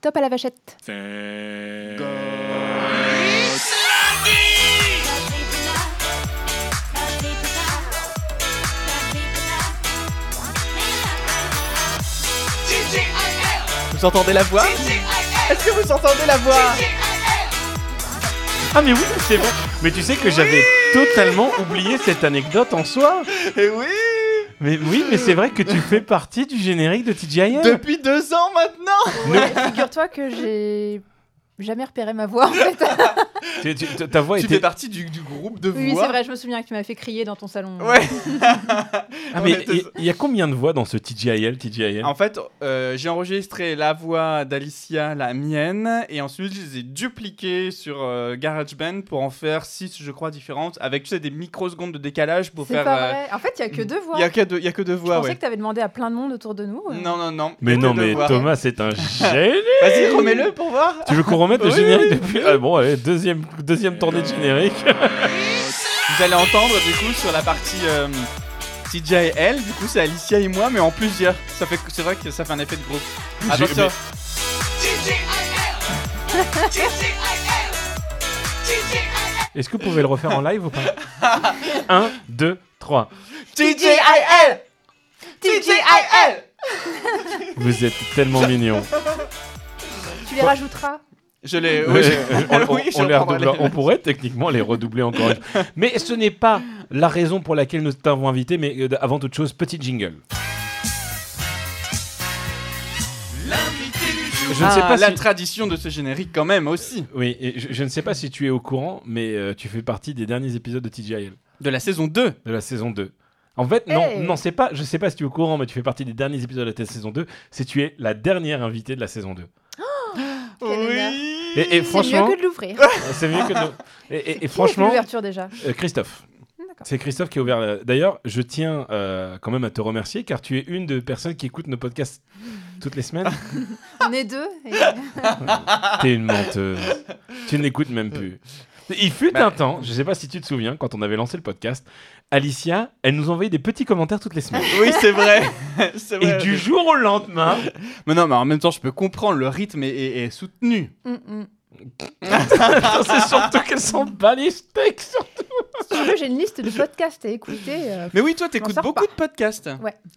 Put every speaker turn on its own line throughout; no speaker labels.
Top à la vachette.
C'est...
Vous entendez la voix Est-ce que vous entendez la voix
Ah mais oui, c'est bon. Mais tu sais que j'avais totalement oublié cette anecdote en soi.
Eh oui
Mais oui, mais c'est vrai que tu fais partie du générique de TGIF.
Depuis deux ans maintenant
Figure-toi que j'ai jamais repéré ma voix en fait.
Tu- tu- ta- ta voix
Tu
était...
fais partie du, du groupe de voix.
oui, c'est vrai, je me souviens que tu m'as fait crier dans ton salon.
Ouais.
Ah mais
Ouais, t'es-
il y, y a combien de voix dans ce TGIL, TGIL
En fait, euh, j'ai enregistré la voix d'Alicia, la mienne, et ensuite je les ai dupliquées sur euh, GarageBand pour en faire six, je crois, différentes, avec tu sais, des microsecondes de décalage pour
C'est
faire.
pas
euh,
vrai. En fait, il y a que deux voix.
Il y a que deux, il y a que deux
Je
voix,
pensais
ouais.
que t'avais demandé à plein de monde autour de nous. euh.
Non, non, non.
Mais
que
non,
deux
mais
voix.
Thomas, c'est un génie
Vas-y, remets-le pour voir.
Tu veux qu'on remette le
Oui.
générique depuis Ah bon, allez, deuxième, deuxième tournée de générique.
Vous allez entendre du coup sur la partie euh, TJ et elle, du coup c'est Alicia et moi, mais en plusieurs. Ça fait, c'est vrai que ça fait un effet de groupe.
J'ai-
Attention.
Est-ce que vous pouvez le refaire en live ou pas 1, 2, 3.
TJIL TJIL
Vous êtes tellement mignons.
Tu les rajouteras.
Je l'ai. Euh, Oui,
Ouais,
je-
on, on-
oui, je
on les
reprendrai
redoublera-
les-
on pourrait techniquement les redoubler encore une fois. Mais ce n'est pas la raison pour laquelle nous t'avons invité, mais euh, avant toute chose, petit jingle. Je ne sais
Ah,
pas
la
si...
tradition de ce générique quand même aussi
Oui, et je, je ne sais pas si tu es au courant, mais euh, tu fais partie des derniers épisodes de TGIL,
de la saison 2.
de la saison 2. En fait, non,
Hey
non, c'est pas, je sais pas si tu es au courant, mais tu fais partie des derniers épisodes de ta saison 2, c'est tu es la dernière invitée de la saison 2.
Quel
Et, et
C'est mieux
franchement,
que de l'ouvrir.
c'est mieux que de- Et,
Qui
et- et
a fait
franchement,
L'ouverture déjà.
euh, Christophe,
D'accord.
C'est Christophe qui a ouvert. la- D'ailleurs, je tiens euh, quand même à te remercier car tu es une des personnes qui écoutent nos podcasts toutes les semaines.
On est deux. et-
T'es une menteuse. Tu ne l'écoutes même plus. Il fut
Bah.
un temps, je ne sais pas si tu te souviens, quand on avait lancé le podcast, Alicia, elle nous envoyait des petits commentaires toutes les semaines.
Oui, c'est vrai. C'est
Et
vrai.
du jour au lendemain,
Mais non, mais en même temps, je peux comprendre le rythme est, est- est soutenu.
Mm, mm.
c'est surtout qu'elle s'en bat les steaks.
Si tu veux, j'ai une liste de podcasts à écouter. euh.
Mais oui, toi,
Je
t'écoutes
m'en sors
beaucoup de podcasts.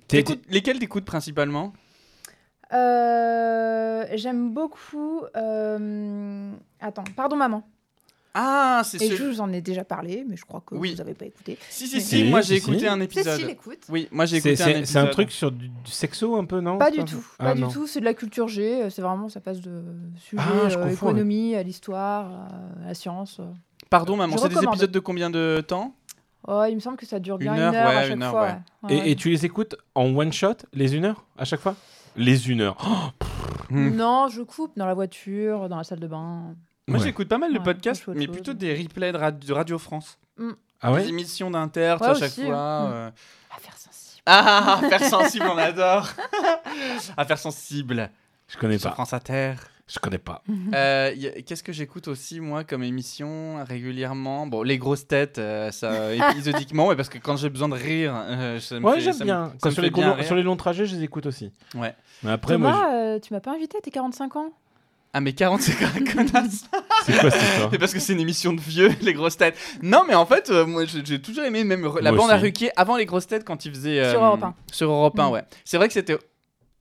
T'es-
T'écoutes- lesquels t'écoutes principalement
Euh, J'aime beaucoup. euh, Attends, pardon maman.
Ah, c'est
Et je
celui.
vous en ai déjà parlé, mais je crois que
Oui.
vous n'avez pas écouté.
Si, si,
Si,
si, moi
si,
j'ai
si.
écouté un
Cécile
épisode.
écoute.
Oui, moi j'ai
C'est-
écouté un
C'est
épisode.
c'est un truc sur du, du sexo un peu, non
Pas du tout,
Ah,
pas
non.
du tout. C'est de la culture G. euh, C'est vraiment, ça passe de sujet
Ah, je
euh,
confonds
économie à l'histoire, euh, à la science. euh.
Pardon, maman,
Je
c'est des
recommande.
épisodes de combien de temps
Oh, il me semble que ça dure bien
Une
une
heure,
heure,
ouais,
à chaque
une heure,
fois.
ouais.
ouais. Ouais,
Et, et
ouais.
tu les écoutes en one shot, les une heure, à chaque fois Les une heure. Oh,
Hmm.
Non, je coupe dans la voiture, dans la salle de bain.
Moi
Ouais.
j'écoute pas mal de
Ouais,
podcasts,
moi, je fais autre
mais
chose.
plutôt des replays de, rad- de Radio France.
ah ouais
Des émissions d'Inter tu sais,
Ouais,
à chaque
aussi, hein.
fois.
ouais.
euh.
Affaires sensibles.
Ah, Affaires sensibles, on adore. Affaires sensibles
Je connais
sur
pas.
France Inter.
Je connais pas.
Euh, y a- Qu'est-ce que j'écoute aussi, moi, comme émission régulièrement Bon, les grosses têtes, euh, ça épisodiquement, ouais, parce que quand j'ai besoin de rire, euh, ça me
Ouais,
fait-
j'aime
ça me-
bien.
ça
Quand
me
sur,
fait
les
bien
longs-
rire.
sur les longs trajets, je les écoute aussi.
Ouais.
Mais après, moi,
Thomas, euh, tu m'as pas invité à tes 45 ans
Ah, mais 40, c'est quand même connasse.
je- c'est quoi cette histoire
C'est parce que c'est une émission de vieux, les grosses têtes. Non, mais en fait, euh, moi j'ai j'ai toujours aimé même re- la
Moi
bande à
aussi.
Ruquier avant les grosses têtes quand ils faisaient.
Sur Europe 1.
Sur Europe 1,
Mm.
ouais. C'est vrai que c'était.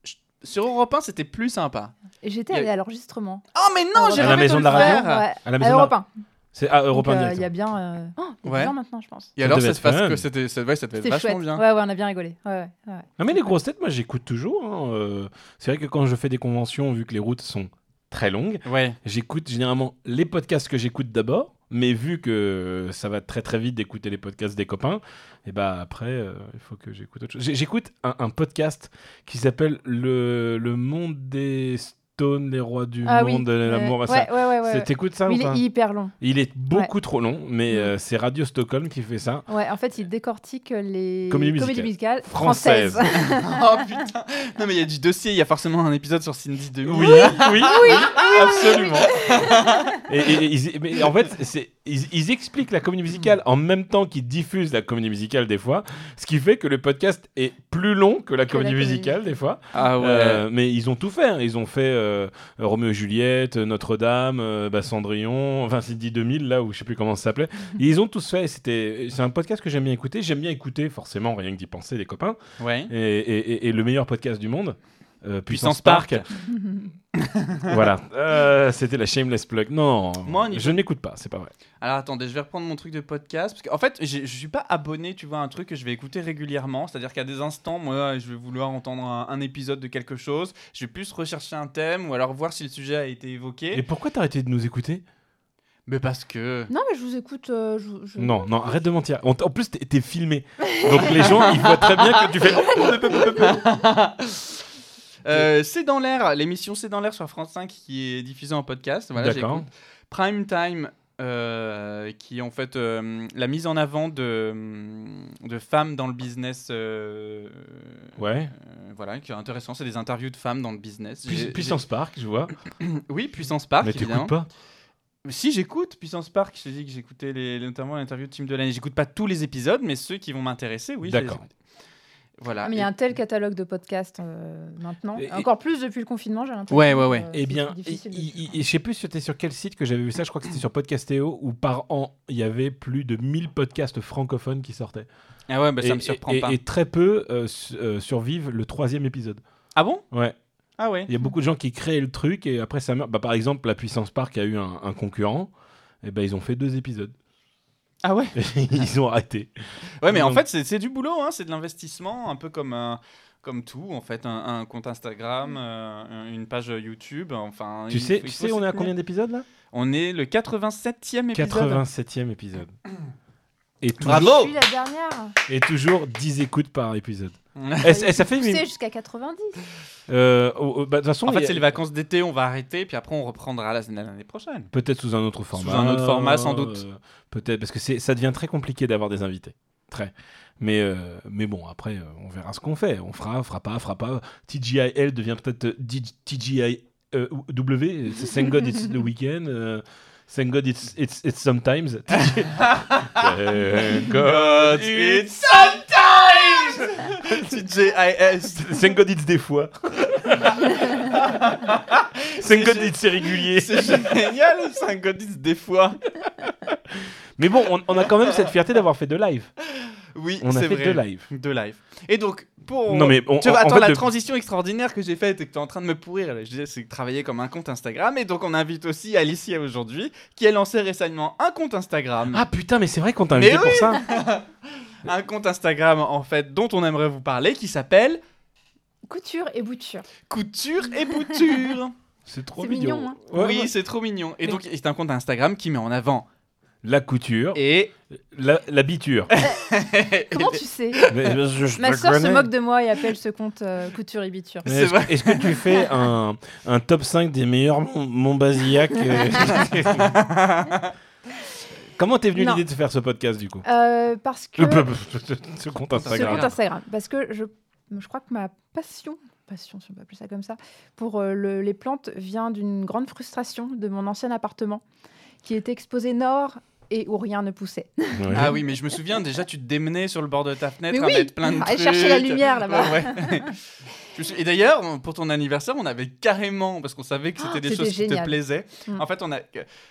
Ch- Sur Europe 1, c'était plus sympa.
Et j'étais
Il y a-
allée à l'enregistrement.
Oh, mais non,
À
j'ai
la
rêvé
maison
de
de la
le
radio
faire.
Ouais,
À la
à
maison de la-
Europe 1.
C'est
ah,
à Europe
Donc,
1
euh,
direct.
Il y a bien. euh, oh, il y a
Ouais.
dix ans maintenant, je pense.
Et alors,
devait
ça
être
se passe
fun.
que c'était ça- ouais, ça devait être
C'était
vachement
chouette.
bien.
Ouais, ouais, on a bien rigolé. Ouais, ouais, ouais.
Non, mais les grosses têtes, moi, j'écoute toujours. hein, euh, C'est vrai que quand je fais des conventions, vu que les routes sont très longues,
Ouais.
j'écoute généralement les podcasts que j'écoute d'abord. Mais vu que ça va très très vite d'écouter les podcasts des copains, et bah après, euh, il faut que j'écoute autre chose. J'ai- J'écoute un, un podcast qui s'appelle le, le Monde des Stones, les rois du
Ah oui.
monde de l'amour.
ouais,
ça-
ouais, ouais, ouais, ouais.
c'est- T'écoutes ça
Mais
ou
il
pas hein.
est hyper long.
Il est beaucoup trop long, mais euh, c'est Radio Stockholm qui fait ça.
Ouais, en fait, il décortique les
Comédie musicale.
musicales
Française.
françaises.
Oh putain. Non, mais il y a du dossier, il y a forcément un épisode sur Cindy de ouf.
Ah
oui, oui, absolument. et, et- et- mais en fait, c'est ils, ils expliquent la comédie musicale en même temps qu'ils diffusent la comédie musicale des fois, ce qui fait que le podcast est plus long que la
Que la
comédie
comédie
musicale des fois.
Ah ouais.
Euh, mais ils ont tout fait. hein. Ils ont fait euh, Roméo et Juliette, Notre-Dame, euh, bah, Cendrillon, enfin c'est dit 2000 là où je sais plus comment ça s'appelait.
Mhm.
Et ils ont tous fait. et C'était c'est un podcast que j'aime bien écouter. J'aime bien écouter forcément rien que d'y penser des copains.
ouais.
Et, et- et- et le meilleur podcast du monde. euh,
Puissance
Puissance Park,
Park.
voilà. Euh, C'était la shameless plug. Non,
Moi, on y
je n'écoute pas, c'est pas vrai.
Alors attendez, je vais reprendre mon truc de podcast. Parce qu'en fait, j'ai- je suis pas abonné, tu vois, à un truc que je vais écouter régulièrement. C'est-à-dire qu'à des instants, moi, je vais vouloir entendre un, un épisode de quelque chose. Je vais plus rechercher un thème ou alors voir si le sujet a été évoqué.
Et pourquoi t'as arrêté de nous écouter
Mais parce que.
Non, mais je vous écoute. euh, je- je-
Non, non, arrête de mentir. On t- En plus, t'es t'es filmé, donc les gens ils voient très bien que tu fais.
Euh, c'est dans l'air, l'émission C'est dans l'air sur France 5 qui est diffusée en podcast. Voilà,
D'accord.
j'écoute. Prime Time, euh, qui est en fait euh, la mise en avant de, de femmes dans le business. euh,
Ouais.
euh, voilà, qui est intéressant. C'est des interviews de femmes dans le business.
Puis-
J'ai- j'ai-
Puissance Park, je vois.
Oui, Puissance Park.
mais t'écoutes
évidemment.
pas.
Si j'écoute Puissance Park, je t'ai dit que j'écoutais les- notamment l'interview de Tim Delaney. J'écoute pas tous les épisodes, mais ceux qui vont m'intéresser, oui. je les
D'accord.
écoute. Voilà.
Ah, mais il y a un tel catalogue de podcasts euh, maintenant.
Et-
Encore plus depuis le confinement, j'ai l'impression.
Ouais, ouais, ouais.
Euh,
Eh bien,
c'est
et-
difficile de-
et- et- je sais plus si c'était sur quel site que j'avais vu ça, je crois que c'était sur Podcastéo, où par an, il y avait plus de 1000 podcasts francophones qui sortaient.
Ah ouais, bah,
Et-
ça me surprend
et,
pas.
et très peu euh, su- euh, survivent le troisième épisode.
Ah bon
Ouais.
Ah ouais.
Il y a beaucoup de gens qui créent le truc et après ça meurt. Bah, par exemple, la Puissance Park a eu un, un concurrent. Et ben ils ont fait deux épisodes.
Ah ouais.
Et ils ont arrêté.
Ah, Ouais, mais en
Donc-
fait, c'est c'est du boulot, hein, c'est de l'investissement, un peu comme, un- comme tout, en fait, un, un compte
Mm.
Instagram, euh, une page YouTube, enfin...
Tu
il
sais,
faut-
tu
il
sais
faut
on est
s'y
à
tenir.
combien d'épisodes là
On est le 87e épisode.
87e épisode. Et toujours,
Bravo
Je suis la dernière.
et toujours 10 écoutes par épisode.
en
Eh, ça- eh, ça fait
Poussée
une-
jusqu'à 90.
Euh, oh, oh, bah, De toute façon, il y
fait,
a-
c'est les vacances d'été, on va arrêter, puis après, on reprendra la l'année prochaine.
Peut-être sous un autre format.
un autre format, sans doute.
euh, Peut-être, parce que c'est- ça devient très compliqué d'avoir des invités. Très. Mais, euh, mais bon, après, euh, on verra ce qu'on fait. On fera, fera pas, fera pas. TGIL devient peut-être euh, D- TGIW. euh, c'est Thank God It's the Weekend. euh, Thank God It's, it's, it's Sometimes. Thank God It's.
sometimes TJIS
Thank God It's des fois. Thank God It's régulier.
C'est génial, c'est un godis des fois.
Mais bon, on, on a quand même cette fierté d'avoir fait deux lives.
Oui,
On a
c'est
fait
vrai.
deux lives.
De live. Et donc, pour...
Non mais on,
Tu
en-
vois,
en
attends,
fait,
la
de-
transition extraordinaire que j'ai faite et que tu es en train de me pourrir, là, je disais, c'est de travailler comme un compte Instagram. Et donc, on invite aussi Alicia aujourd'hui, qui a lancé récemment un compte Instagram.
Ah putain, mais c'est vrai qu'on t'a invité
Mm. Mais
pour ça.
Un compte Instagram, en fait, dont on aimerait vous parler, qui s'appelle
Couture et bouture.
Couture et Bouture.
C'est trop
C'est mignon, hein.
Ouais,
oui,
ouais.
c'est trop mignon. Et donc, c'est un compte Instagram qui met en avant.
La couture,
Et.
la, la biture.
Comment tu sais
Mais je- je-
Ma
je
sœur se
connais.
moque de moi et appelle ce compte euh, couture et biture.
Mais
C'est
Est-ce
vrai.
que, est-ce que tu fais un, un top 5 des meilleurs Mont- Montbazillac euh, Comment t'es venu
Non.
l'idée de faire ce podcast du coup
Euh, parce que
Euh, Ce compte
ce
Instagram.
compte Instagram, parce que je, je crois que ma passion, passion si on peut appeler ça comme ça, pour euh, le- les plantes vient d'une grande frustration de mon ancien appartement qui était exposé nord et où rien ne poussait.
Ouais.
Ah oui, mais je me souviens déjà, tu te démenais sur le bord de ta fenêtre
Mais
à
oui,
mettre plein de
à aller
trucs.
chercher la lumière, là-bas.
Ouais, ouais. Je me suis- Et d'ailleurs, on- pour ton anniversaire, on avait carrément, parce qu'on savait que c'était
Ah,
des
c'était
choses qui te
génial.
plaisaient.
Mm.
En fait, on a,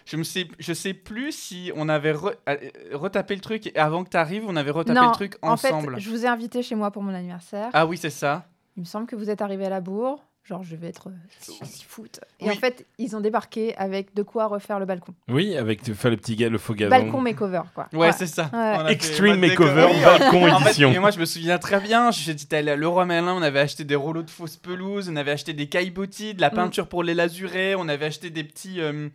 je me sais, je sais plus si on avait re- euh, retapé le truc et avant que tu arrives, on avait retapé
Non,
le truc
En
ensemble.
fait, je vous ai invité chez moi pour mon anniversaire.
Ah oui, c'est ça.
Il me semble que vous êtes arrivé à la bourre. Genre, je vais être euh, six- six foot. Et
Oui.
en fait, ils ont débarqué avec de quoi refaire le balcon.
Oui, avec tu fais le petit gars, le faux gazon.
Balcon makeover, quoi.
Ouais,
Voilà.
c'est ça.
Ouais.
On a fait
Extreme
mode décor.
Makeover,
Oui,
balcon
En fait,
édition.
et moi, je me souviens très bien. J'étais allé à Leroy Merlin, on avait acheté des rouleaux de fausses pelouses, on avait acheté des cailles bottis, de la
Mm.
peinture pour les lasurés, on avait acheté des petits. euh,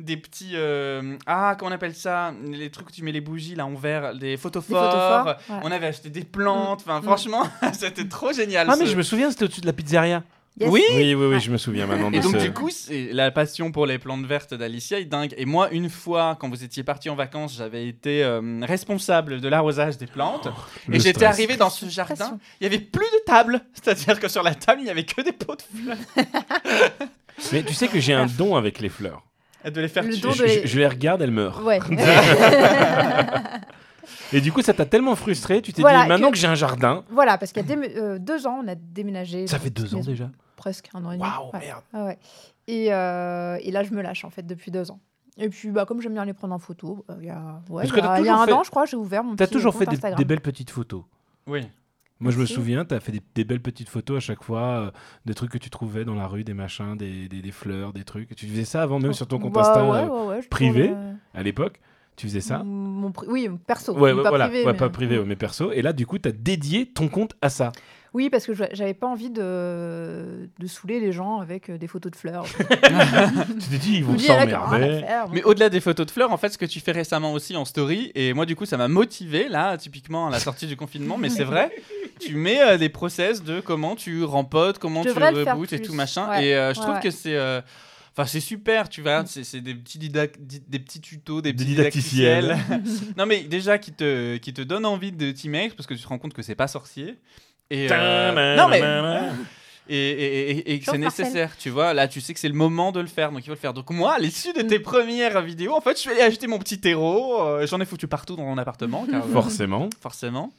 des petits. euh, ah, comment on appelle ça Les trucs où tu mets les bougies là en verre, des
Des
photophores.
photos fortes.
On avait acheté des plantes. Enfin, franchement, c'était trop génial.
Mm. Ah mais
ce-
je me souviens, c'était au-dessus de la pizzeria.
Yes.
Oui.
Oui, oui, oui, je me souviens maintenant
Et
de
donc,
ce...
du coup, c'est- la passion pour les plantes vertes d'Alicia est dingue. Et moi, une fois, quand vous étiez partis en vacances, j'avais été euh, responsable de l'arrosage des plantes.
Oh, le
et j'étais
stress.
arrivé dans ce jardin.
Pression.
Il y avait plus de table. C'est-à-dire que sur la table, il y avait que des pots de fleurs.
Mais tu sais que j'ai un don avec les fleurs.
De les faire
Le
tuer.
don
Je,
de-
je- je les regarde, elles meurent.
Ouais.
Et du coup, ça t'a tellement frustré, tu t'es
Voilà,
dit, maintenant
que-
que, j'ai un jardin,
voilà, parce qu'il y a déme- euh, deux ans, on a déménagé.
ça fait deux ans
Maison.
déjà.
Presque un an et demi.
Waouh,
Ouais.
merde.
Ah ouais. Et, euh, et là, je me lâche en fait depuis deux ans. Et puis, bah, comme j'aime bien les prendre en photo, bah, il y a, ouais,
Parce
il
que
y a-
t'as
il y a
toujours
un
fait-
an, je crois, j'ai ouvert mon
T'as
petit
toujours
compte
fait des,
Instagram.
des belles petites photos.
Oui.
Moi, je me
Merci.
souviens, t'as fait des, des belles petites photos à chaque fois, euh, des trucs que tu trouvais dans la rue, des machins, des, des- des fleurs, des trucs. Tu faisais ça avant même sur ton compte
Bah,
Insta
ouais,
euh,
ouais, ouais, je
privé,
trouve, euh,
à l'époque. Tu faisais ça
mon pri- Oui, perso.
Ouais, ouais,
pas
voilà,
privé,
ouais,
mais-
pas privé, ouais, mais perso. Et là, du coup, t'as dédié ton compte à ça.
Oui, parce que je- j'avais pas envie de, de saouler les gens avec euh, des photos de fleurs.
tu t'es dit,
Je me ah,
ils vont
dis, il y en a qui ont rien à
s'emmerder.
faire, bon.
Mais au-delà des photos de fleurs, en fait, ce que tu fais récemment aussi en story, et moi, du coup, ça m'a motivé, là, typiquement, à la sortie du confinement, mais c'est vrai, tu mets euh, des process de comment tu rempotes, comment
Je
tu
devrais le faire
rebootes et
plus.
tout machin.
Ouais,
Et euh, je
ouais,
trouve
ouais.
que c'est. euh, Enfin, c'est super, tu vois. C'est c'est des petits, didac- di- des petits tutos, des
Des
petits
didacticiels.
didacticiels. non, mais déjà, qui te, qui te donne envie de t'y mettre parce que tu te rends compte que c'est pas sorcier. Et, euh, non, mais et, et- et- et que
Sauf
c'est
Marcel.
nécessaire, tu vois. Là, tu sais que c'est le moment de le faire, donc il faut le faire. Donc moi, à l'issue de tes premières vidéos, en fait, je suis allé acheter mon petit terreau. euh, J'en ai foutu partout dans mon appartement, car,
Ah,
euh,
Forcément.
forcément.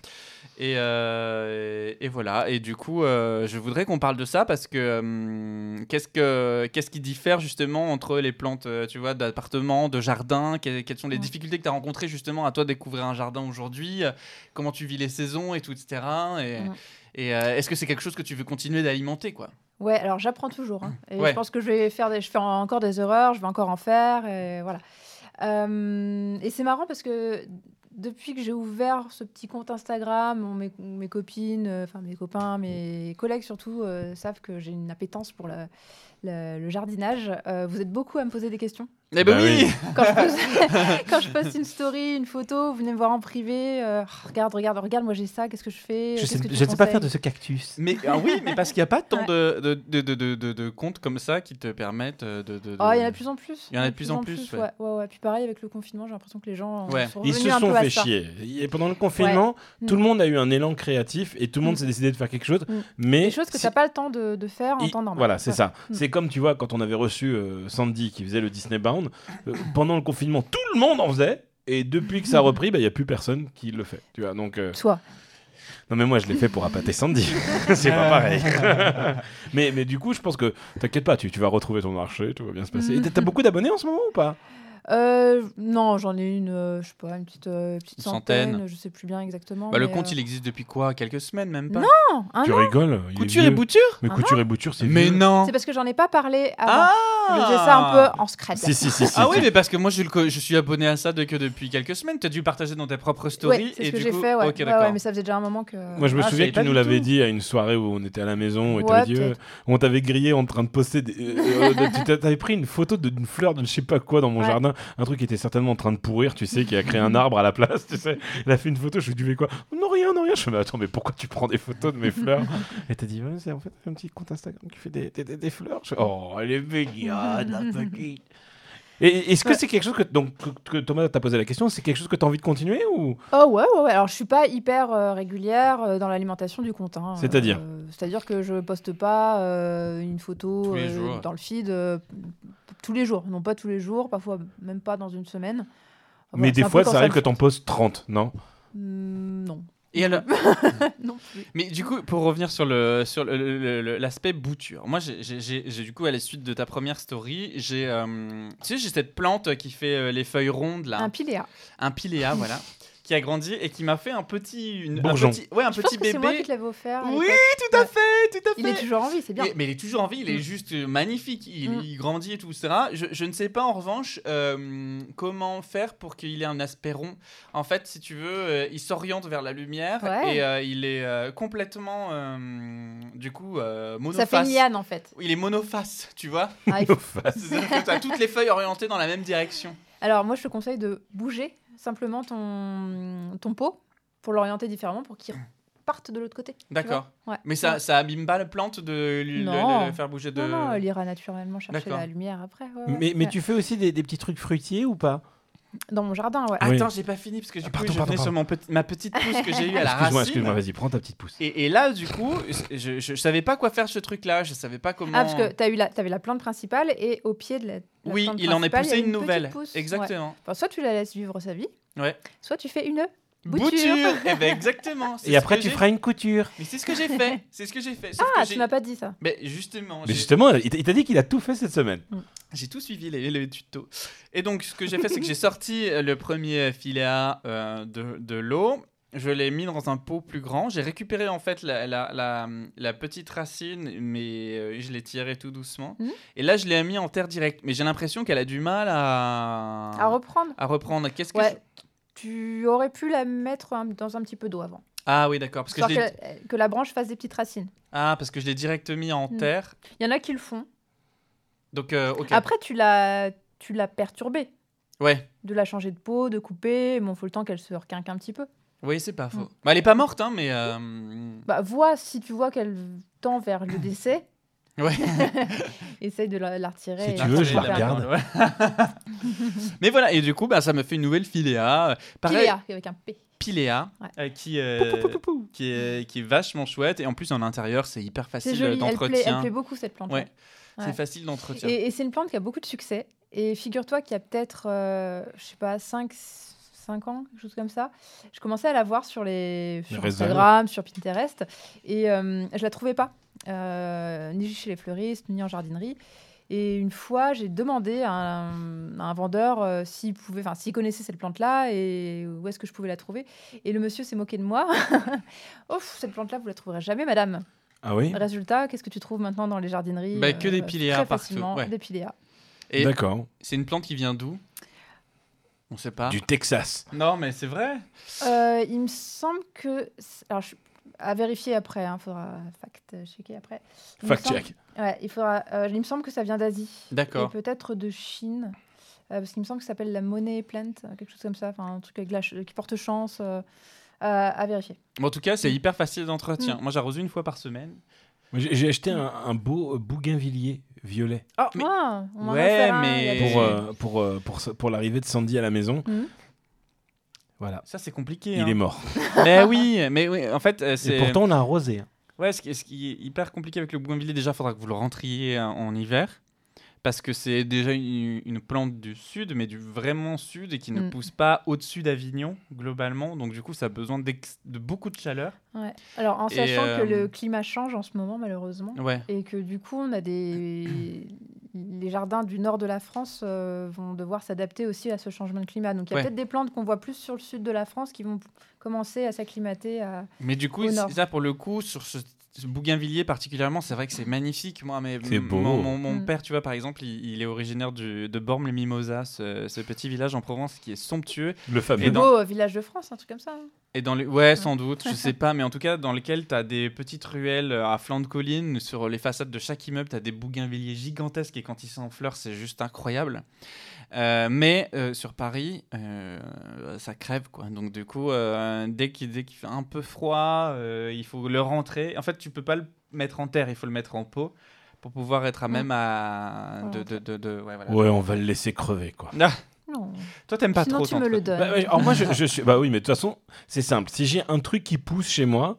Et, euh, et- et voilà. Et du coup, euh, je voudrais qu'on parle de ça parce que hum, qu'est-ce que qu'est-ce qui diffère justement entre les plantes, euh, tu vois, d'appartement, de jardin que- Quelles sont les
Ouais.
difficultés que tu as rencontrées justement à toi découvrir un jardin aujourd'hui euh, Comment tu vis les saisons et tout, etc. Et,
Ouais.
et, euh, est-ce que c'est quelque chose que tu veux continuer d'alimenter, quoi
Ouais, alors j'apprends toujours. hein. Et
Ouais.
je pense que je vais faire des, je fais encore des erreurs, je vais encore en faire, et voilà. Euh, et c'est marrant parce que depuis que j'ai ouvert ce petit compte Instagram, on- mes, mes copines, euh, enfin mes copains, mes collègues surtout euh, savent que j'ai une appétence pour le, le- le jardinage. Euh, vous êtes beaucoup à me poser des questions.
Eh ben
Bah
oui,
oui.
Quand je, poste, quand je poste une story, une photo, vous venez me voir en privé. euh, regarde, regarde, regarde, moi j'ai ça, qu'est-ce que je fais
Je
Qu'est-ce
sais-
que tu
je ne sais pas
conseilles
faire de ce cactus.
Mais ah oui, mais parce qu'il n'y a pas tant de, de, de, de, de- de- de comptes comme ça qui te permettent euh, de. de- de-
Ah, il y en a de plus en plus.
Il y en a de plus en plus, ouais.
ouais. ouais, ouais. Puis pareil, avec le confinement, j'ai l'impression que les gens euh,
Ouais.
sont
Ils
revenus
se
un
sont
peu à
fait
ça.
chier. Et pendant le confinement, tout le monde a eu un élan créatif et tout le monde
Mm.
s'est décidé de faire quelque chose.
Mm.
Mais
Des choses que
c'est-
tu n'as pas le temps de, de faire en
Et-
temps normal.
Voilà, c'est
Ouais.
ça.
Mm.
C'est comme, tu vois, quand on avait reçu euh, Sandy qui faisait le Disney Bound, euh, pendant le confinement, tout le monde en faisait. Et depuis que
Mm.
ça a repris, il n'y a plus personne qui le fait. Tu vois, donc, euh,
Toi.
Non, mais moi, je l'ai fait pour appâter Sandy. c'est pas pareil. mais, mais du coup, je pense que, t'inquiète pas, tu, tu vas retrouver ton marché, tout va bien se passer. Et t'as-
Mm.
t'as beaucoup d'abonnés en ce moment ou pas
Euh, non, j'en ai une, euh, je sais pas, une petite, euh, petite
Une
centaine.
centaine.
Je sais plus bien exactement.
Bah, le
mais,
compte,
euh,
il existe depuis quoi Quelques semaines, même pas
Ah Non, un
Tu
an.
rigoles il est
Couture et
vieux.
bouture
Mais
Ah
couture et bouture, c'est
Mais
vieux.
non
C'est parce que j'en ai pas parlé avant.
Ah
Je faisais ça un peu en secret.
Si, si, si. si,
Ah
si.
oui, mais parce que moi, je, le co- je suis abonné à ça de- que depuis quelques semaines. Tu as dû partager dans tes propres stories.
Ouais, c'est
et
ce que
du
j'ai
coup-
fait, ouais.
Ok,
Ouais,
d'accord.
ouais, mais ça faisait déjà un moment que.
Moi, je me
Ah, je
souviens
savais
que
pas
tu nous
du
l'avais
tout.
dit à une soirée où on était à la maison et
Ouais,
t'avais dit,
peut-être.
euh, on t'avait grillé en train de poster. Des, euh, euh, de- tu t'a- t'avais pris une photo de- d'une fleur de je sais pas quoi dans mon
Ouais.
jardin, un truc qui était certainement en train de pourrir, tu sais, qui a créé un arbre à la place, tu sais. Elle a fait une photo, je lui ai dit, mais quoi Non, rien, non, rien. Je me attends, mais pourquoi tu prends des photos de mes fleurs Et t'as dit, Ouais, c'est en fait un petit compte Instagram qui fait des, des- des- des fleurs. Je fais, oh, elle est mignonne, la petite. Et est-ce que
Ouais.
c'est quelque chose que, donc, que, que Thomas t'a posé la question, c'est quelque chose que t'as envie de continuer ou
Oh ouais, ouais, ouais. Alors je suis pas hyper euh, régulière euh, dans l'alimentation du compte. hein.
C'est-à-dire
Euh, C'est-à-dire que je poste pas euh, une photo
Tous les
euh,
jours.
dans le feed euh, tous les jours. Non pas tous les jours, parfois même pas dans une semaine. Voilà,
Mais
Bah, c'est
des
un peu
fois,
quand
ça arrive
me
que
fait-
t'en poses 30, non
Hmm, non.
Et alors-
Non plus.
Mais du coup, pour revenir sur le sur le- le- le- l'aspect bouture, moi, j'ai- j'ai j'ai- j'ai du coup à la suite de ta première story, j'ai euh, tu sais j'ai cette plante qui fait euh, les feuilles rondes là,
Un piléa.
un piléa, voilà, qui a grandi et qui m'a fait un petit une, un
Bourgeon.
petit- ouais, un
Je pense
petit
que c'est moi qui
bébé.
te l'avais offert. à
Oui,
l'époque.
tout à fait, tout à fait.
Il est toujours en vie, c'est bien.
Et- mais il est toujours en vie, il est
Mm.
juste euh, magnifique, il,
Mm.
il grandit et tout ça. Je, je ne sais pas en revanche euh, comment faire pour qu'il ait un aspect rond. En fait, si tu veux, euh, il s'oriente vers la lumière
Ouais.
et euh, il est euh, complètement, euh, du coup, euh,
Ça fait
monoface.
une liane en fait.
il est monoface, tu vois.
Ah, il faut-
C'est-à-dire que t'as toutes les feuilles orientées dans la même direction.
Alors moi je te conseille de bouger simplement ton, ton pot pour l'orienter différemment pour qu'il parte de l'autre côté. tu vois.
D'accord.
Ouais.
Mais ça, ça abîme pas la plante de lui le-
Non.
le faire bouger de.
Non, non, elle ira naturellement chercher
D'accord.
la lumière après. ouais, ouais.
Mais, mais
Ouais.
tu fais aussi des, des petits trucs fruitiers ou pas
Dans mon jardin, ouais.
Oui.
Attends, j'ai pas fini parce que du
Ah,
coup,
pardon,
je
pardon,
venais sur
pardon.
mon petit- ma petite pousse que j'ai eue à la
Excuse-moi,
racine.
excuse-moi, vas-y, prends ta petite pousse.
Et, et là, du coup, je, je, je savais pas quoi faire ce truc-là. Je savais pas comment.
Ah, parce que tu avais la, t'avais la plante principale et au pied de la, la
oui,
plante
il en est
principale, il y a
poussé une,
petite
nouvelle.
pousse, ouais.
Exactement.
Enfin, soit tu la laisses vivre sa vie,
Ouais.
soit tu fais une
Bouture.
Bouture.
Eh ben exactement. c'est
Et
ce
après,
que
tu
j'ai-
feras une couture.
Mais c'est ce que j'ai fait. C'est ce que j'ai fait. Sauf
Ah,
que
tu
j'ai-
m'as pas dit ça.
Mais justement,
Mais
j'ai-
justement, il t'a il t'a dit qu'il a tout fait cette semaine.
j'ai tout suivi les, les tutos. Et donc, ce que j'ai fait, c'est que j'ai sorti euh, le premier filet à, euh, de, de l'eau. Je l'ai mis dans un pot plus grand. J'ai récupéré en fait la, la, la- la petite racine, mais euh, je l'ai tirée tout doucement.
Mhm.
Et là, je l'ai mis en terre directe. Mais j'ai l'impression qu'elle a du mal à,
À reprendre.
à reprendre. Qu'est-ce Ah. que
Ouais.
je-
Tu aurais pu la mettre un- dans un petit peu d'eau avant.
Ah oui, d'accord. Parce que je
Histoire
l'ai
que, que la branche fasse des petites racines.
ah, parce que je l'ai direct mis en
Mm.
terre.
Il y en a qui le font.
Donc, euh, ok.
Après, tu l'as, tu l'as perturbée.
Ouais.
De la changer de peau, de couper. Bon, faut le temps qu'elle se requinque un petit peu.
Oui, c'est pas faux.
Mm.
Bah, elle est pas morte, hein, mais. euh,
Bah, vois si tu vois qu'elle tend vers le décès.
Ouais.
Essaye de la, la retirer.
Si
et
tu veux, je la
faire-
regarde.
Mais voilà, et du coup, bah, ça me fait une nouvelle Piléa. Euh, Pareil,
Pilea, avec un P.
Piléa,
Ouais.
euh, qui, euh, qui, est, qui est vachement chouette. Et en plus, en intérieur, c'est hyper
C'est
facile
joli.
euh,
Elle plaît, elle
d'entretien.
plaît beaucoup cette plante. hein.
Ouais,
Ouais.
C'est facile d'entretien.
Et, et c'est une plante qui a beaucoup de succès. Et figure-toi qu'il y a peut-être, euh, je sais pas, 5, 5 ans, quelque chose comme ça, je commençais à la voir sur, les, sur
réseaux.
Instagram, sur Pinterest, et euh, je la trouvais pas, euh, ni chez les fleuristes, ni en jardinerie. Et une fois, j'ai demandé à un, à un vendeur euh, s'il pouvait, enfin, s'il connaissait cette plante-là et où est-ce que je pouvais la trouver. Et le monsieur s'est moqué de moi. Ouf, cette plante-là, vous la trouverez jamais, madame.
Ah oui
Résultat, qu'est-ce que tu trouves maintenant dans les jardineries euh,
Bah, que des piléas
très
partout,
facilement,
ouais.
Des piléas.
Et
D'accord.
c'est une plante qui vient d'où On sait pas.
Du Texas.
Non, mais c'est vrai.
Euh, il me semble que. c'est- Alors, je- à vérifier après, il faudra fact-checker après. Il me
Fact
semble-
check.
Ouais, il, faudra, euh, il me semble que ça vient d'Asie. Et
D'accord.
peut-être de Chine. euh, parce qu'il me semble que ça s'appelle la monnaie plant, euh, quelque chose comme ça. Enfin, un truc avec la ch- qui porte chance. euh, à- à vérifier.
Bon, en tout cas,
Mm.
c'est hyper facile d'entretien. Moi, j'arrose une fois par semaine.
Moi, J'ai j'ai acheté un, un beau euh, bougainvillier violet
Ah, mais
Ah, on en a
Ouais,
offert un
mais-
il y a deux
pour,
semaines.
euh, pour, euh, pour, ce- pour l'arrivée de Sandy à la maison.
Mhm.
Voilà.
ça, c'est compliqué.
Il
hein.
est mort.
Mais oui, mais oui, en fait, euh, c'est.
Et pourtant, on l'a arrosé. hein.
Ouais, ce qui, ce qui est hyper compliqué avec le bougainvillier, déjà, il faudra que vous le rentriez euh, en hiver. Parce que c'est déjà une, une plante du sud, mais du vraiment sud, et qui ne
Mm.
pousse pas au-dessus d'Avignon, globalement. Donc, du coup, ça a besoin d'ex- de beaucoup de chaleur.
Ouais. Alors, en
Et,
sachant que
euh,
le climat change en ce moment, malheureusement.
Ouais.
Et que du coup, on a des. Les jardins du nord de la France euh, vont devoir s'adapter aussi à ce changement de climat. Donc il y a
Ouais.
peut-être des plantes qu'on voit plus sur le sud de la France qui vont p- commencer à s'acclimater. À...
Mais du coup,
Au
c'est-
nord.
ça, pour le coup, sur ce, ce bougainvillier particulièrement, c'est vrai que c'est magnifique. Moi, mais
C'est
m-
beau.
Mon, mon- mon
Mm.
père, tu vois, par exemple, il, il est originaire du- de Bormes-les-Mimosas, ce- ce petit village en Provence qui est somptueux.
Le fameux.
Et
Le
dans-
beau euh, village de France, un truc comme ça. hein.
Et dans les... Ouais, sans doute, je sais pas, mais en tout cas, dans lequel tu as des petites ruelles euh, à flanc de colline, sur les façades de chaque immeuble, tu as des bougainvilliers gigantesques et quand ils sont en fleurs, c'est juste incroyable. Euh, mais euh, sur Paris, euh, ça crève quoi. Donc, du coup, euh, dès qu'il dès qu'il fait un peu froid, euh, il faut le rentrer. En fait, tu peux pas le mettre en terre, il faut le mettre en pot pour pouvoir être à
Mm.
même à.
Faut
De,
le
de, de, de- ouais, voilà.
Ouais, on va le laisser crever, quoi.
Non.
Toi, t'aimes pas
Sinon,
trop
tu me le
t'entretenir.
donnes.
Bah, ouais, alors moi, je, je suis. Bah oui, mais de toute façon, c'est simple. Si j'ai un truc qui pousse chez moi,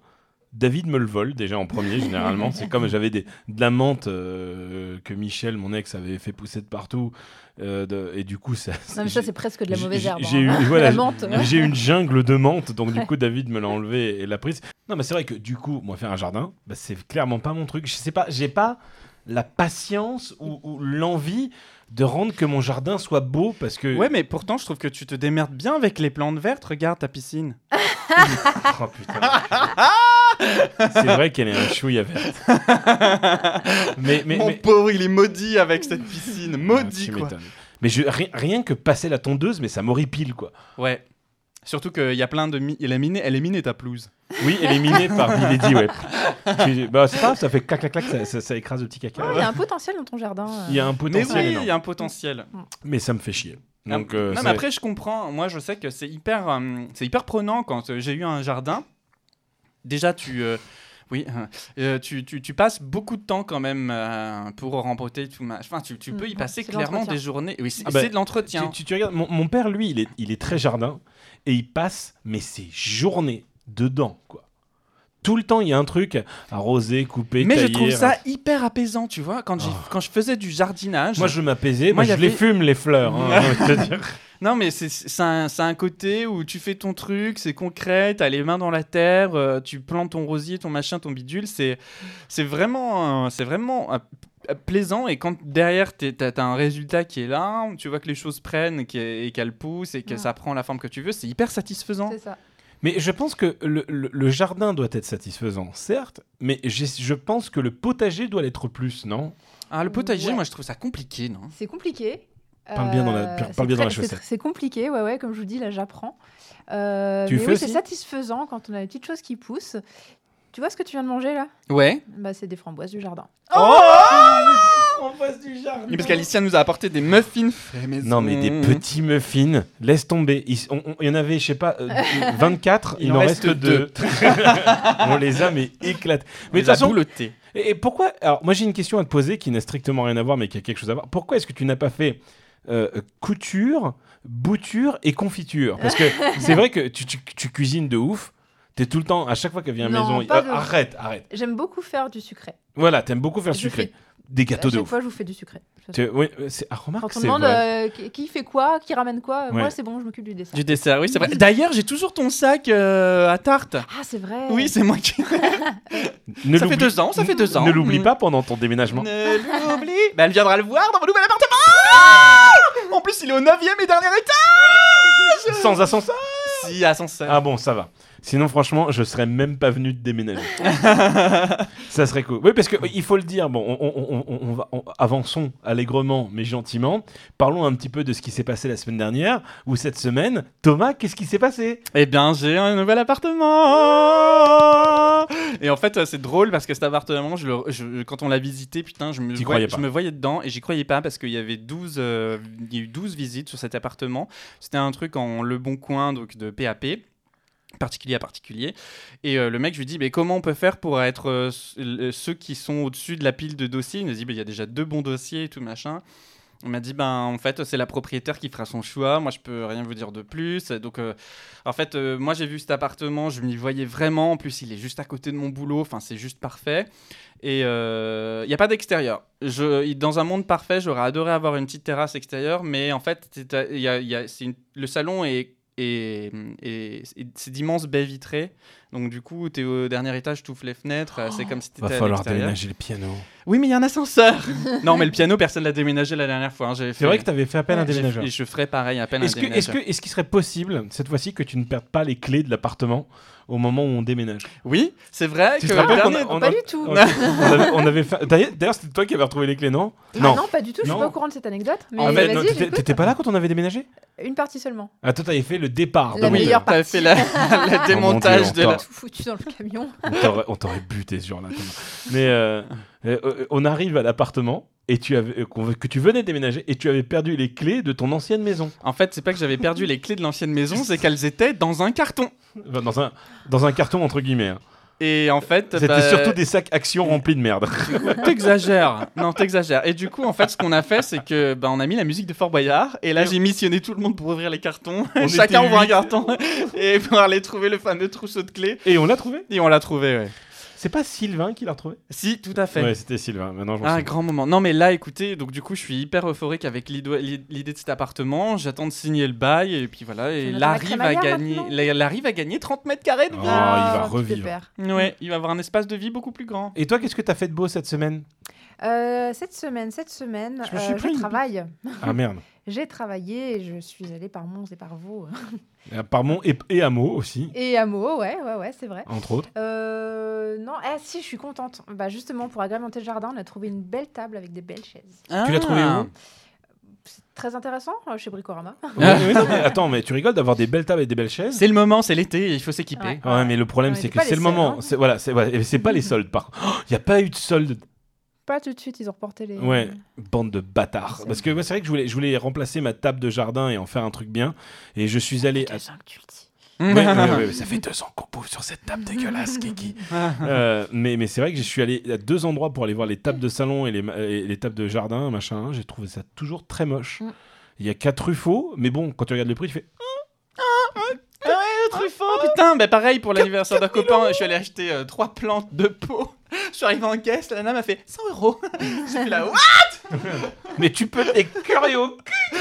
David me le vole déjà en premier, généralement. c'est comme j'avais des, de la menthe euh, que Michel, mon ex, avait fait pousser de partout. euh, de- et du coup, ça.
Non, mais ça,
j'ai-
c'est presque de la
j'ai-
mauvaise
j'ai-
herbe.
j'ai
hein.
eu- voilà,
la
j'ai-
menthe.
Mais J'ai une jungle de menthe, donc du coup David me l'a enlevé et l'a prise. Non, mais c'est vrai que du coup, moi faire un jardin, bah, c'est clairement pas mon truc. Je sais pas, j'ai pas la patience ou, ou l'envie de rendre que mon jardin soit beau parce que.
Ouais, mais pourtant, je trouve que tu te démerdes bien avec les plantes vertes. Regarde ta piscine.
Oh, putain. c'est vrai qu'elle est un chouïa verte. mais mais,
Mon
mais-
pauvre, il est maudit avec cette piscine.
Ah,
Maudit,
tu
quoi.
m'étonnes. Mais je, rien, rien que passer la tondeuse, mais ça m'horripile quoi.
Ouais. Surtout qu'il y a plein de... mi- Elle est minée, elle est minée, ta pelouse.
Oui, elle est minée par Milady, ouais. Tu- Bah, c'est pas grave, ça fait clac clac clac, ça, ça- ça écrase le petit caca.
Ah, Il y a un potentiel dans ton jardin. euh.
Il y a un
Mais
potentiel
oui,
énorme.
il y a un potentiel.
Mais ça me fait chier. Donc, euh,
non,
c'est-
mais après, je comprends. Moi, je sais que c'est hyper, euh, c'est hyper prenant quand euh, j'ai eu un jardin. Déjà, tu... euh, Oui, euh, tu, tu, tu passes beaucoup de temps quand même euh, pour remporter tout match. Enfin, tu, tu peux y
Mm,
passer
c'est de
clairement
l'entretien.
des journées. Oui, c'est
Ah bah,
c'est de l'entretien.
Tu, tu- tu regardes, mon, mon père, lui, il est, il est très jardin et il passe, mais ses journées dedans, quoi. Tout le temps, il y a un truc arrosé, coupé,
Mais je
taillé,
trouve ça hyper apaisant, tu vois. Quand, j'ai-
hein. Oh.
quand je faisais du jardinage.
Moi, je m'apaisais,
Moi,
moi, je
il y
les
avait-
fume, les fleurs. hein, je veux dire.
Non, mais c'est c'est un, c'est un côté où tu fais ton truc, c'est concret, t'as les mains dans la terre, euh, tu plantes ton rosier, ton machin, ton bidule. C'est c'est vraiment, euh, c'est vraiment euh, p- plaisant. Et quand derrière, t'es- t'as t'as un résultat qui est là, tu vois que les choses prennent qui est- et qu'elles poussent et que
Ouais.
ça prend la forme que tu veux, c'est hyper satisfaisant.
Ah. euh, C'est ça.
Mais je pense que le, le- le jardin doit être satisfaisant, certes, mais j'ai- je pense que le potager doit l'être plus, non
Ah, le potager,
Ouais.
moi, je trouve ça compliqué, non
C'est compliqué. Euh,
Parle bien dans la- parle
c'est
bien dans la
très- c'est
chaussette.
tr- C'est compliqué, ouais, ouais, comme je vous dis, là j'apprends. Euh,
Tu le
mais
fais
oui, c'est
aussi
satisfaisant quand on a des petites choses qui poussent. Tu vois ce que tu viens de manger là
Ouais.
bah, C'est des framboises du jardin.
On passe du jardin
Parce qu'Alicia nous a apporté des muffins faits maison.
Non, mais des petits muffins, laisse tomber. Ils- on- on- Il, y en avait, je sais pas, euh, 24, il, en reste, deux. on les a, mais éclatés.
Mais
Mais de toute façon,
le thé.
et, et pourquoi Alors, moi, j'ai une question à te poser qui n'a strictement rien à voir, mais qui a quelque chose à voir. Pourquoi est-ce que tu n'as pas fait euh, couture, bouture et confiture Parce que c'est vrai que tu, tu- tu cuisines de ouf. T'es tout le temps, à chaque fois qu'elle vient à la
Non,
maison, il-
pas
Ah,
de-
arrête, arrête.
J'aime beaucoup faire du sucré.
Voilà, t'aimes beaucoup faire
Je
sucré.
fais-
Des
à
gâteaux de
chaque
ouf.
fois, je vous fais du sucré.
Tu- oui, euh, c'est- ah, remarque,
Quand on
c'est
demande
vrai.
euh, qui qui fait quoi, qui ramène quoi, euh,
Ouais.
moi c'est bon, je m'occupe du dessert.
Du dessert, oui, c'est vrai. D'ailleurs, j'ai toujours ton sac euh, à tarte.
Ah, c'est vrai.
Oui, c'est moi qui.
Ne
ça fait
l'oublie-
deux ans, ça fait deux ans.
Ne l'oublie
Mm.
pas pendant ton déménagement.
Ne l'oublie. Bah, elle viendra le voir dans mon nouvel appartement.
Ah
en plus, il est au 9 et dernier étage.
Sans ascenseur
Si, ascenseur.
Ah bon, ça va. Sinon, franchement, je serais même pas venu te déménager. ça serait cool. Oui, parce que il faut le dire. Bon, on, on- on- on va on- avançons allègrement, mais gentiment. Parlons un petit peu de ce qui s'est passé la semaine dernière ou cette semaine. Thomas, qu'est-ce qui s'est passé
Eh bien, j'ai un nouvel appartement. Et en fait, euh, c'est drôle parce que cet appartement, je le- je- quand on l'a visité, putain, je me,
T'y
vois-
croyais pas.
je me voyais dedans et j'y croyais pas parce qu'il y avait 12, euh, il y a eu 12 visites sur cet appartement. C'était un truc en Le Bon Coin, donc de PAP particulier à particulier et euh, le mec je lui dis mais comment on peut faire pour être euh, s- le- ceux qui sont au-dessus de la pile de dossiers il me dit bah, il y a déjà deux bons dossiers et tout machin on m'a dit ben en fait c'est la propriétaire qui fera son choix moi je peux rien vous dire de plus donc euh, en fait, euh, moi j'ai vu cet appartement, je m'y voyais vraiment. En plus, il est juste à côté de mon boulot, enfin c'est juste parfait. Et euh, il y n'y a pas d'extérieur. Je- Dans un monde parfait, j'aurais adoré avoir une petite terrasse extérieure, mais en fait, c'est- euh, y a- y a- c'est une- le salon est. Et, c'est d'immenses baies vitrées. Donc, du coup, tu es au dernier étage, tu ouvres les fenêtres. euh, c'est comme si tu
Oh. Va
étais à
falloir
l'extérieur.
déménager le piano.
Oui, mais il y a un ascenseur. non, mais le piano, personne l'a déménagé la dernière fois. hein, j'avais
C'est
fait-
vrai que t'avais fait à peine un
Ouais.
j'ai-
déménageur.
Et je ferai pareil à peine un
Est-ce que, est-ce
déménageur.
que, est-ce qu'il serait possible cette fois-ci que tu ne perdes pas les clés de l'appartement au moment où on déménage
Oui, c'est vrai
Tu
que
te
le
rappelles qu'on a-
dernier-
on
Oh, Pas
a-
du tout.
on avait, on avait fait- D'ailleurs, d'ailleurs, c'était toi qui avais retrouvé les clés, non
Ah non, pas du tout, je
Non.
suis pas au courant de cette anecdote. Mais
Ah, mais non,
vas-y,
t'étais-
j'écoute.
T'étais pas là quand on avait déménagé
Une partie seulement.
Ah, toi, t'avais fait le départ.
La
donc,
Oui,
meilleure
t'avais fait la, le démontage de
Dieu,
la...
encore.
Tout foutu dans le camion.
euh, on t'aurait- On t'aurait buté sur là. Mais euh, euh, euh, on arrive à l'appartement et tu avais, euh, qu'on veut- que tu venais de déménager et tu avais perdu les clés de ton ancienne maison.
En fait, c'est pas que j'avais perdu les clés de l'ancienne maison, c'est qu'elles étaient dans un carton.
Enfin, dans, un, dans un carton, entre guillemets. hein.
Et en fait,
C'était
bah,
surtout des sacs Action remplis de merde.
T'exagères. Non, t'exagères. Et du coup, en fait, ce qu'on a fait, c'est que bah, on a mis la musique de Fort Boyard. Et là, j'ai missionné tout le monde pour ouvrir les cartons.
On
Chacun
était
ouvre un
huit.
carton et pour aller trouver le fameux trousseau de clés.
Et on l'a trouvé.
Et on l'a trouvé. Ouais.
C'est pas Sylvain qui l'a retrouvé
Si, tout à fait.
Ouais, c'était Sylvain. Maintenant, j'en
Ah,
sais.
grand moment. Non, mais là, écoutez, donc du coup, je suis hyper euphorique avec l'ido- l'i- l'idée de cet appartement. J'attends de signer le bail, et puis voilà. Et
attend la
Larry va,
crémaillère,
gagner,
maintenant
la- Larry va gagner 30 mètres carrés de
Oh,
bien.
il va
Ah, tu te
revivre.
perds.
Ouais, il va avoir un espace de vie beaucoup plus grand.
Et toi, qu'est-ce que t'as fait de beau cette semaine
Euh, cette semaine, cette semaine,
Je me suis
euh, je
pris une-
travaille.
Ah merde.
J'ai travaillé et je suis allée par Mons et par Vaux.
Euh, Par Mont et, et Hameau aussi,
Et à Meaux, ouais, ouais, ouais, c'est vrai.
entre autres.
Euh, non, ah si, je suis contente. Bah justement, pour agrémenter le jardin, on a trouvé une belle table avec des belles chaises.
Tu l'as trouvé où
C'est très intéressant euh, chez Bricorama.
Ah.
Ouais, ouais, non, mais Attends, mais tu rigoles d'avoir des belles tables et des belles chaises
C'est le moment, c'est l'été, il faut s'équiper.
Ouais.
Ouais, mais le problème,
On
c'est
était
que
pas
c'est
les
le
seuls,
moment.
hein.
C'est voilà, c'est voilà, et c'est pas les soldes par. Il n'y a pas eu de soldes.
Pas tout de suite, ils ont reporté les.
Ouais, bande de bâtards.
C'est-
Parce que ouais, c'est vrai que je voulais, je voulais remplacer ma table de jardin et en faire un truc bien. Et je suis allé. à-
Magasin que tu le dis.
Oui, oui, oui, oui, ça fait deux ans qu'on bouffe sur cette table dégueulasse, Kiki. Euh, mais mais c'est vrai que je suis allé à deux endroits pour aller voir les tables de salon et les, ma- et les tables de jardin, machin. J'ai trouvé ça toujours très moche.
Mm.
Il y a quatre Truffaut, mais bon, quand tu regardes le prix, tu fais
Truffaut, putain, bah pareil pour l'anniversaire d'un copain, je suis allé acheter euh, trois plantes de pot. Je suis arrivé en caisse, la nana m'a fait 100 euros. J'étais là, What
Mais tu peux t'es curieux au cul.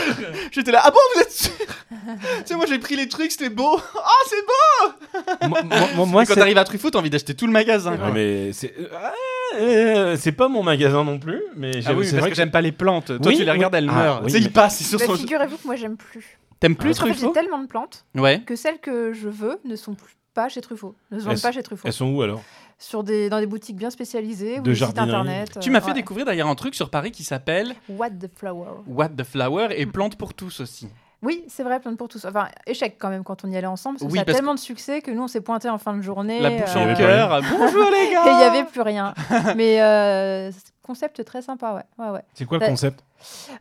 J'étais là, ah bon, vous êtes sûr Tu sais, moi j'ai pris les trucs, c'était beau. Ah, c'est beau
Moi, moi- moi- moi,
Et Quand
c'est-
t'arrives à Truffaut, t'as envie d'acheter tout le magasin.
Ouais,
quoi.
mais c'est ah, euh, c'est pas mon magasin non plus, mais
Ah
j'aime-
oui,
c'est
parce
vrai
que, j'aime pas les plantes. Toi,
Oui,
tu les
oui.
regardes, elles
Ah,
meurent.
oui,
tu sais,
mais-
ils passent, ils sont
Bah,
sur-
Figurez-vous que moi, j'aime plus.
T'aimes plus
En fait, j'ai
Truffaut
tellement de plantes
Ouais.
que celles que je veux ne sont plus pas chez Truffaut. Ne se vendent
Elles-
pas chez Truffaut.
elles sont où alors
Sur des, dans des boutiques bien spécialisées ou
De
des sites
jardinerie.
internet. euh,
Tu m'as fait
ouais.
découvrir d'ailleurs un truc sur Paris qui s'appelle
What the flower.
What the Flower et Plantes pour tous aussi.
Oui, c'est vrai, plein de pour tous. Enfin, échec quand même quand on y allait ensemble. Parce que
Oui,
ça a
parce
tellement de succès que nous, on s'est pointé en fin de journée.
La bouche
Il
en
y avait
euh,
cœur.
pas
Bonjour les gars
Et il n'y avait plus rien. Mais euh, c'est un concept très sympa, ouais. ouais, ouais.
C'est quoi le
Ouais.
concept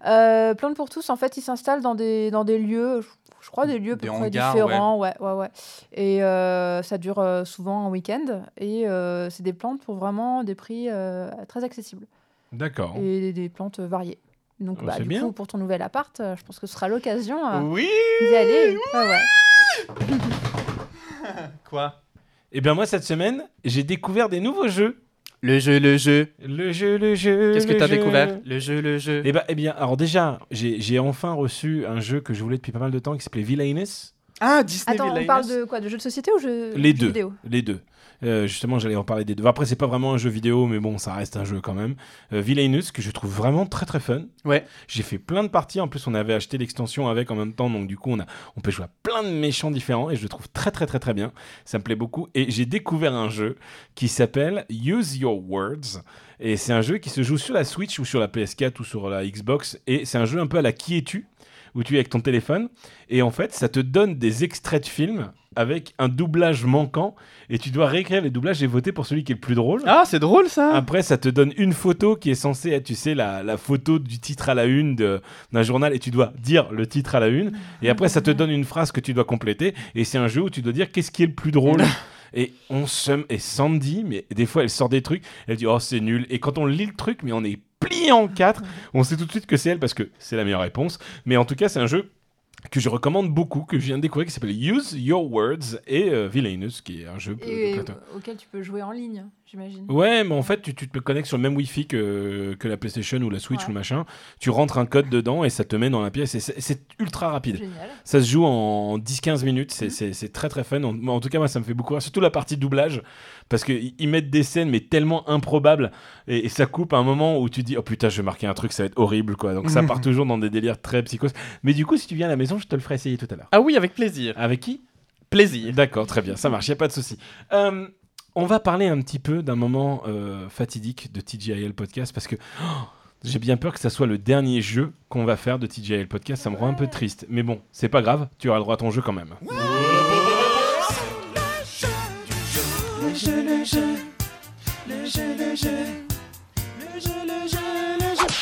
Euh, Plante pour tous, en fait, ils s'installent dans des, dans des lieux, je- je crois, des lieux peu
Des
près
hangars,
différents. Ouais. Ouais, ouais, Et euh, ça dure euh, souvent un week-end. Et euh, c'est des plantes pour vraiment des prix euh, très accessibles.
D'accord.
Et des, des plantes variées. Donc,
Ah
Oh,
bah,
c'est
du
bien.
coup, pour ton nouvel appart, euh, je pense que ce sera l'occasion euh,
Oui
d'y aller. Ouais, ouais.
Quoi
Et Eh bien moi cette semaine, j'ai découvert des nouveaux jeux.
Le jeu, le jeu.
Le jeu, le jeu.
Qu'est-ce que
le
t'as
jeu.
découvert Le jeu, le jeu.
Eh ben, eh bien, alors déjà, j'ai j'ai enfin reçu un jeu que je voulais depuis pas mal de temps qui s'appelait Villainous.
Ah, Disney
Attends, on
Villainous.
parle de quoi De jeux de société ou jeux
Les
jeux
deux.
vidéo
Les deux. Euh, justement, j'allais en parler des deux. Après, c'est pas vraiment un jeu vidéo, mais bon, ça reste un jeu quand même. Euh, Villainous, que je trouve vraiment très très fun.
Ouais.
J'ai fait plein de parties. En plus, on avait acheté l'extension avec en même temps. Donc, du coup, on, a, on peut jouer à plein de méchants différents. Et je le trouve très très très très bien. Ça me plaît beaucoup. Et j'ai découvert un jeu qui s'appelle Use Your Words. Et c'est un jeu qui se joue sur la Switch ou sur la PS4 ou sur la Xbox. Et c'est un jeu un peu à la qui es-tu où tu es avec ton téléphone. Et en fait, ça te donne des extraits de films avec un doublage manquant. Et tu dois réécrire les doublages et voter pour celui qui est le plus drôle.
Ah, c'est drôle ça
Après, ça te donne une photo qui est censée être, tu sais, la, la photo du titre à la une de- d'un journal et tu dois dire le titre à la une. Et après, ça te donne une phrase que tu dois compléter. Et c'est un jeu où tu dois dire qu'est-ce qui est le plus drôle. Et on se. Et Sandy, mais des fois, elle sort des trucs, elle dit oh, c'est nul. Et quand on lit le truc, mais on est plié en quatre, on sait tout de suite que c'est elle parce que c'est la meilleure réponse. Mais en tout cas, c'est un jeu que je recommande beaucoup, que je viens de découvrir, qui s'appelle Use Your Words et euh, Villainous, qui est un jeu de- de
Et
plateau.
auquel tu peux jouer en ligne, j'imagine.
Ouais, mais en fait, tu, tu te connectes sur le même Wi-Fi que, que la PlayStation ou la Switch
Ouais.
ou le machin. Tu rentres un code dedans et ça te met dans la pièce. Et c'est- c'est ultra rapide.
Génial.
Ça se joue en 10-15 minutes. C'est- C'est c'est très très fun. En, moi, en tout cas, moi, ça me fait beaucoup rire. Surtout la partie doublage. Parce qu'ils mettent des scènes, mais tellement improbables. Et, et ça coupe à un moment où tu dis Oh putain, je vais marquer un truc, ça va être horrible. quoi. Donc ça part toujours dans des délires très psychos. Mais du coup, si tu viens à la maison, je te le ferai essayer tout à l'heure.
Ah oui, avec plaisir.
Avec qui
Plaisir.
D'accord, très bien, ça marche, il a pas de souci. Euh, on va parler un petit peu d'un moment euh, fatidique de TGIL Podcast parce que oh, j'ai bien peur que ça soit le dernier jeu qu'on va faire de TGIL Podcast, ça me rend un peu triste. Mais bon, c'est pas grave, tu auras le droit à ton jeu quand même.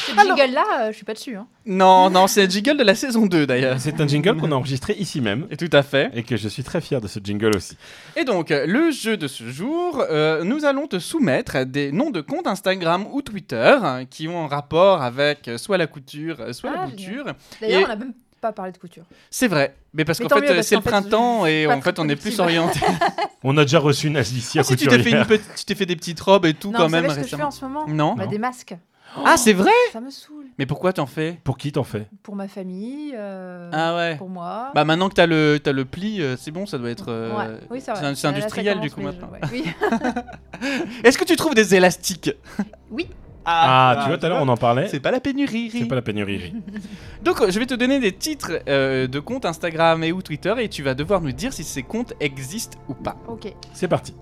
Ce jingle-là, euh, je suis pas dessus. Hein.
Non, non, c'est un jingle de la saison 2 d'ailleurs.
Euh, C'est un jingle qu'on a enregistré ici même
Et tout à fait.
et que je suis très fier de ce jingle aussi.
Et donc, euh, le jeu de ce jour, euh, nous allons te soumettre des noms de comptes Instagram ou Twitter hein, qui ont un rapport avec euh, soit la couture, euh, soit la
Ah,
bouture.
D'ailleurs,
Et-
on n'a même pas parlé de couture.
C'est vrai. Mais parce
Mais
qu'en
tant
fait,
mieux,
euh,
parce
c'est le
qu'en fait,
printemps
je-
et
pas
en fait,
très
on est plus
productive.
orienté.
On a déjà reçu Nazlicia
Ah, si tu t'es fait, une
couturière.
petite- tu t'es fait des petites robes et tout
non,
quand
vous savez
même
ce que je fais
récemment.
en ce moment
Non.
Bah,
Non.
Des masques.
Ah, c'est vrai
Ça me saoule.
Mais pourquoi t'en fais
Pour qui t'en fais
Pour ma famille, euh,
Ah ouais.
pour moi.
Bah maintenant que t'as le, t'as le pli, euh, c'est bon, ça doit être... euh,
Ouais. Oui, c'est
c'est un-
vrai.
c'est
Là, ça
industriel du
commence,
coup
mais
maintenant.
je- ouais. Oui.
Est-ce que tu trouves des élastiques
Oui.
Ah, tu vois, tout à l'heure on en parlait.
bah, C'est pas la pénurie.
C'est pas la pénurie.
Donc euh, je vais te donner des titres euh, de comptes Instagram et ou Twitter et tu vas devoir nous dire si ces comptes existent ou pas.
Ok.
C'est parti.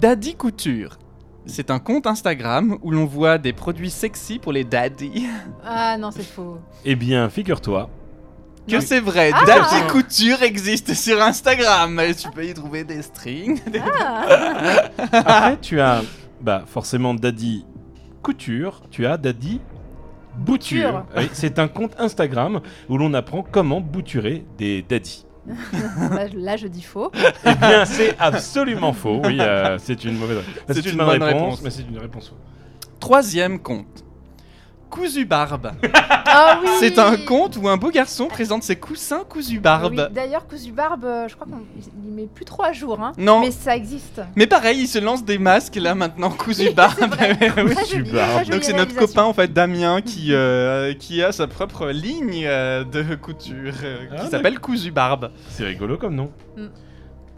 Daddy Couture. C'est un compte Instagram où l'on voit des produits sexy pour les daddy.
Ah non, c'est faux.
Eh bien, figure-toi
Que
Non.
c'est vrai,
Ah.
Daddy Couture existe sur Instagram. Et Tu peux y trouver des strings.
Ah,
Après, tu as bah, forcément Daddy Couture, tu as Daddy Bouture.
Bouture.
Oui, c'est un compte Instagram où l'on apprend comment bouturer des daddies.
là, je- là, je dis faux.
Eh bien, c'est absolument faux. Oui, euh, c'est une mauvaise réponse.
C'est
C'est
une
une, bonne
bonne
réponse,
réponse.
mais c'est une réponse fausse.
Troisième conte. Cousu barbe.
Ah oui
C'est un conte où un beau garçon présente ses coussins cousu barbe.
Oui, D'ailleurs, Cousu Barbe, euh, je crois qu'il met plus trop à jour. hein.
Non.
Mais ça existe.
Mais pareil, il se lance des masques là maintenant cousu
Oui,
barbe.
c'est
Ah
vrai.
Oui.
Très jolie-
Cousu Barbe.
très jolie
Donc c'est notre
réalisation.
copain en fait Damien qui, euh, qui a sa propre ligne euh, de couture euh,
Ah,
qui
d'accord.
s'appelle cousu barbe.
C'est rigolo comme nom.
Mm.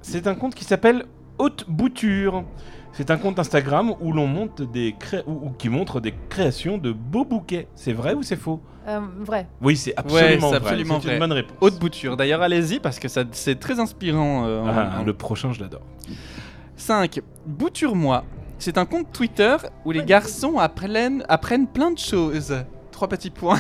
C'est un compte qui s'appelle Haute Bouture. C'est un compte Instagram où l'on monte des cré... ou, ou qui montre des créations de beaux bouquets. C'est vrai ou c'est faux
Euh, vrai.
Oui, c'est absolument
c'est
vrai.
absolument
c'est
vrai.
une bonne réponse.
Haute bouture. D'ailleurs, allez-y parce que ça- c'est très inspirant. euh, en-
Ah,
en-
le prochain, je l'adore.
5. Bouture-moi. C'est un compte Twitter où les garçons apprennent, apprennent plein de choses. Trois petits points.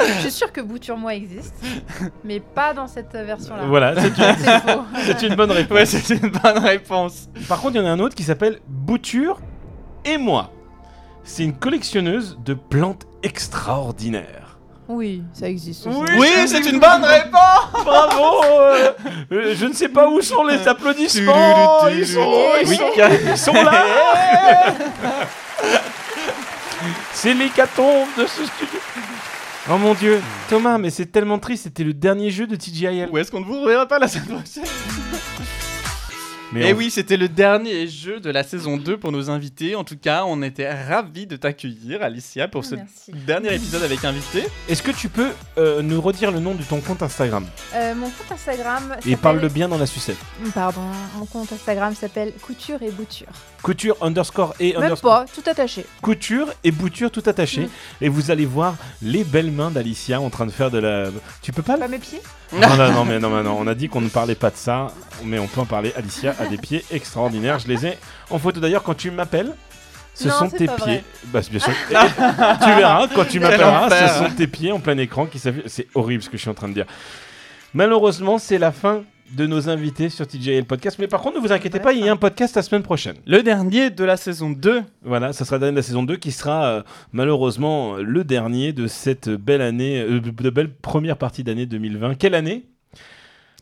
Je suis sûre que Bouture-moi existe, mais pas dans cette euh, version-là.
Voilà, c'est une,
C'est faux.
c'est une bonne réponse.
Ouais, c'est une bonne réponse.
Par contre, il y en a un autre qui s'appelle Bouture et moi. C'est une collectionneuse de plantes extraordinaires.
Oui, ça existe. aussi.
Oui, c'est une bonne réponse.
Bravo euh, euh, Je ne sais pas où sont les applaudissements. Ils sont, ils
Oui.
sont, ils sont là. C'est l'hécatombe de ce studio. Oh mon dieu, Thomas, mais c'est tellement triste. C'était le dernier jeu de TGIL.
Ou est-ce qu'on ne vous reverra pas la semaine prochaine
Mais
Et
on-
oui, c'était le dernier jeu de la saison 2 pour nos invités. En tout cas, on était ravis de t'accueillir, Alicia, pour ce
Merci.
dernier épisode avec invité.
Est-ce que tu peux euh, nous redire le nom de ton compte Instagram
Euh, mon compte Instagram.
Et
s'appelle-
parle-le bien dans la sucette.
Pardon, mon compte Instagram s'appelle Couture et Bouture.
Couture underscore et
Même pas,
underscore.
tout attaché.
couture et bouture tout attaché
Mm.
et vous allez voir les belles mains d'Alicia en train de faire de la tu peux pas la...
Pas mes pieds
non, non non mais non mais non on a dit qu'on ne parlait pas de ça mais on peut en parler Alicia a des pieds extraordinaires je les ai en photo d'ailleurs quand tu m'appelles ce
Non,
sont
c'est
tes
pas
pieds bah c'est bien sûr Et tu verras quand
Quel
tu m'appelleras
enfer.
ce sont tes pieds en plein écran qui s'affichent c'est horrible ce que je suis en train de dire malheureusement c'est la fin de nos invités sur TJL Podcast mais par contre ne vous inquiétez pas il y a un podcast la semaine prochaine
Le dernier de la saison 2.
voilà, ça sera le dernier de la saison 2 qui sera euh, malheureusement euh, le dernier de cette belle année, euh, de belle première partie d'année 2020. Quelle année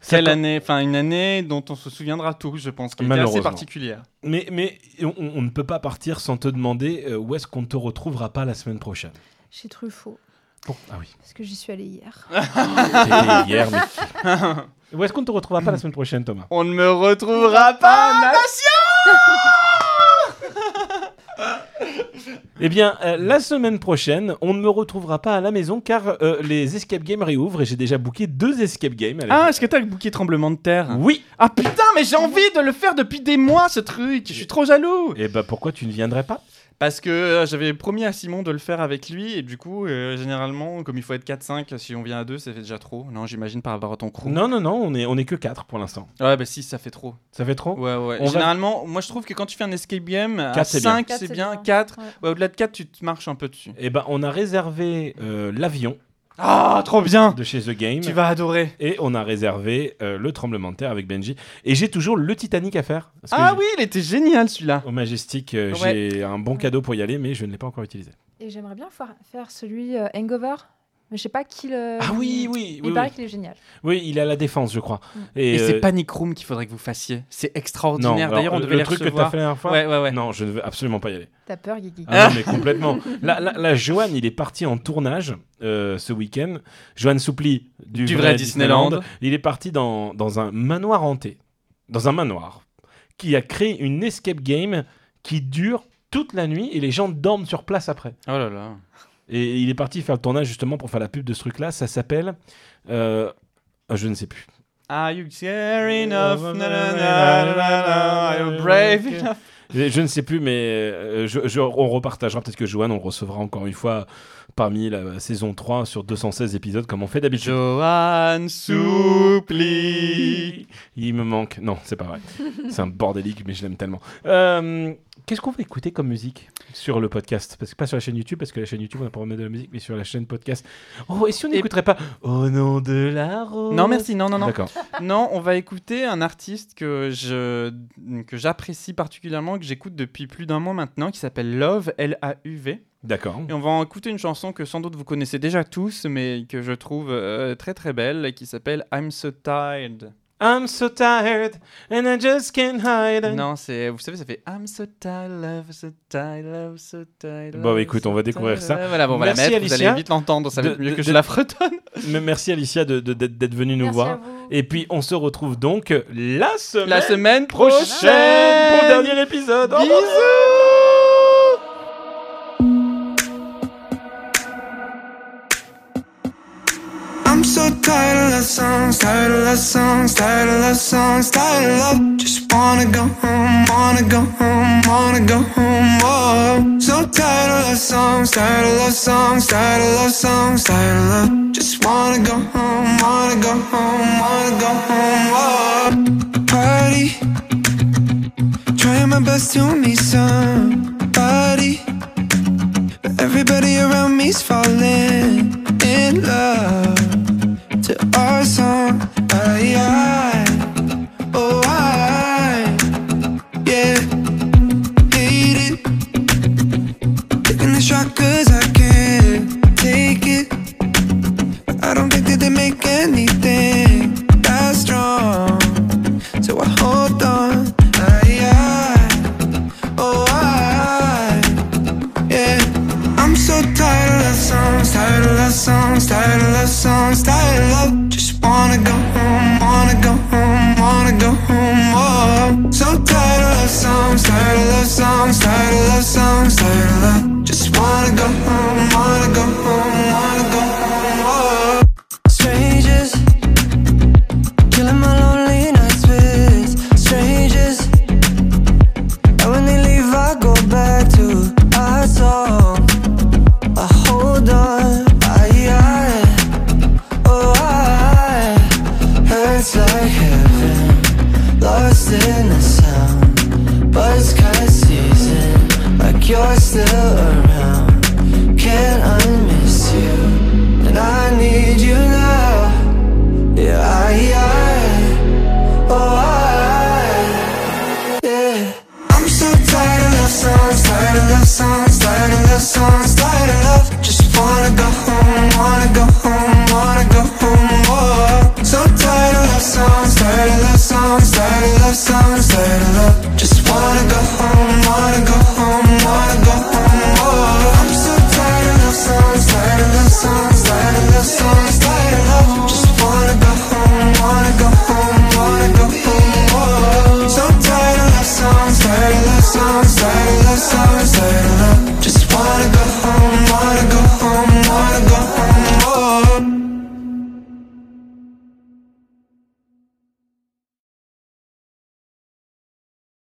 Ça
Quelle
com-
année Enfin, une année dont on se souviendra tous, je pense, qui était assez
Malheureusement.
particulière.
Mais, mais on, on ne peut pas partir sans te demander euh, où est-ce qu'on ne te retrouvera pas la semaine prochaine.
Chez Truffaut,
Pour- Ah oui,
parce que j'y suis allée hier.
Ah. c'était hier, mais- Où est-ce qu'on ne te retrouvera pas la semaine prochaine, Thomas
On ne me retrouvera pas,
Eh bien, euh, la semaine prochaine, on ne me retrouvera pas à la maison car euh, les escape games réouvrent et j'ai déjà booké deux escape games. à la-
Ah, est-ce que t'as le bouquet tremblement de terre
oui
Ah putain, mais j'ai envie de le faire depuis des mois, ce truc Je suis trop jaloux
Et bah pourquoi tu ne viendrais pas
Parce que euh, j'avais promis à Simon de le faire avec lui, et du coup, euh, généralement, comme il faut être 4-5, si on vient à 2, ça fait déjà trop. Non, j'imagine par rapport à ton crew.
Non, non, non, on est, on est que 4 pour l'instant.
Ouais, bah si, ça fait trop.
Ça fait trop
Ouais, ouais.
On va-
généralement, moi je trouve que quand tu fais un escape game, à
Quatre, c'est bien.
5,
Quatre,
c'est
c'est
bien,
bien.
4...
Ouais.
Ouais, au-delà de 4, tu te marches un peu dessus.
Eh ben, on a réservé euh, l'avion
Ah, trop bien
de chez The Game.
Tu vas adorer
Et on a réservé euh, le tremblement de terre avec Benji. Et j'ai toujours le Titanic à faire. parce que
Ah
j'ai-
oui, il était génial celui-là.
Au Majestic, euh,
Ouais.
j'ai un bon cadeau pour y aller, mais je ne l'ai pas encore utilisé.
Euh,
Et j'aimerais bien foire- faire celui euh, Hangover, mais je sais pas qui le.
Ah oui, oui,
Il
oui.
paraît
Oui,
qu'il est génial.
Oui, il a la défense, je crois.
Mm.
Et, c'est
euh,
Panic Room qu'il faudrait que vous fassiez. C'est
non,
extraordinaire.
alors,
D'ailleurs, on
le-
devait les
Le truc que
recevoir.
t'as fait la dernière fois
Ouais, ouais, ouais.
Non, je ne veux absolument pas y aller.
T'as peur, Guigui
Ah non, mais complètement. Là, là, là, Johan, il est parti en tournage euh, ce week-end. Johan Soupli du,
Du vrai Disneyland.
Il est parti dans, dans un manoir hanté, dans un manoir, qui a créé une escape game qui dure toute la nuit et les gens dorment sur place après.
Oh là là.
Et il est parti faire le tournage justement pour faire la pub de ce truc-là. Ça s'appelle. euh, je ne sais plus.
Are you scary
Oh,
enough? Na, na, na, na, na, Are you brave
oh,
enough?
Je, je ne sais plus, mais euh, je- je- on repartagera. Peut-être que Johan, on le recevra encore une fois parmi la saison 3 sur 216 épisodes, comme on fait d'habitude.
Johan Soupli.
Il me manque. Non, c'est pas vrai. c'est un bordélique, mais je l'aime tellement. Euh, Qu'est-ce qu'on va écouter comme musique sur le podcast Parce que pas sur la chaîne YouTube, parce que la chaîne YouTube, on n'a pas remis de la musique, mais sur la chaîne podcast. Oh, et si on
Et-
n'écouterait pas Au nom de la rose
Non, merci, non, non, non.
D'accord.
Non, on va écouter un artiste que je que j'apprécie particulièrement, que j'écoute depuis plus d'un mois maintenant qui s'appelle Love, L-A-U-V.
D'accord.
Et on va écouter une chanson que sans doute vous connaissez déjà tous, mais que je trouve euh, très très belle, et qui s'appelle I'm So Tired.
I'm so tired and I just can't hide.
Non, c'est, vous savez, ça fait I'm So Tired, Love, So Tired, Love, So Tired.
Bon,
love,
Bah, écoute,
so
on va découvrir
tired.
ça.
Voilà, bon, on va la
Merci,
mettre, vous
Alicia.
allez vite l'entendre, ça va
De-
être mieux
de-
que
de-
je la fretonne.
Mais merci Alicia de- de- d'être d'être venue nous
Merci à
voir.
vous.
Et puis on se retrouve donc la semaine,
La semaine
prochaine pour le
prochaine
dernier épisode. Au revoir.
Bisous
I'm so tired of love songs, tired of love songs, tired of love songs, tired of love. Just wanna go home, wanna go home, wanna go home. Oh, so tired of love songs, tired of love songs, tired of love songs, tired of love. Just wanna go home, wanna go home, wanna go home. Oh, party, trying my best to meet somebody, but everybody around me's falling. Oh, Oh, oh, oh, Oh, Oh, Oh.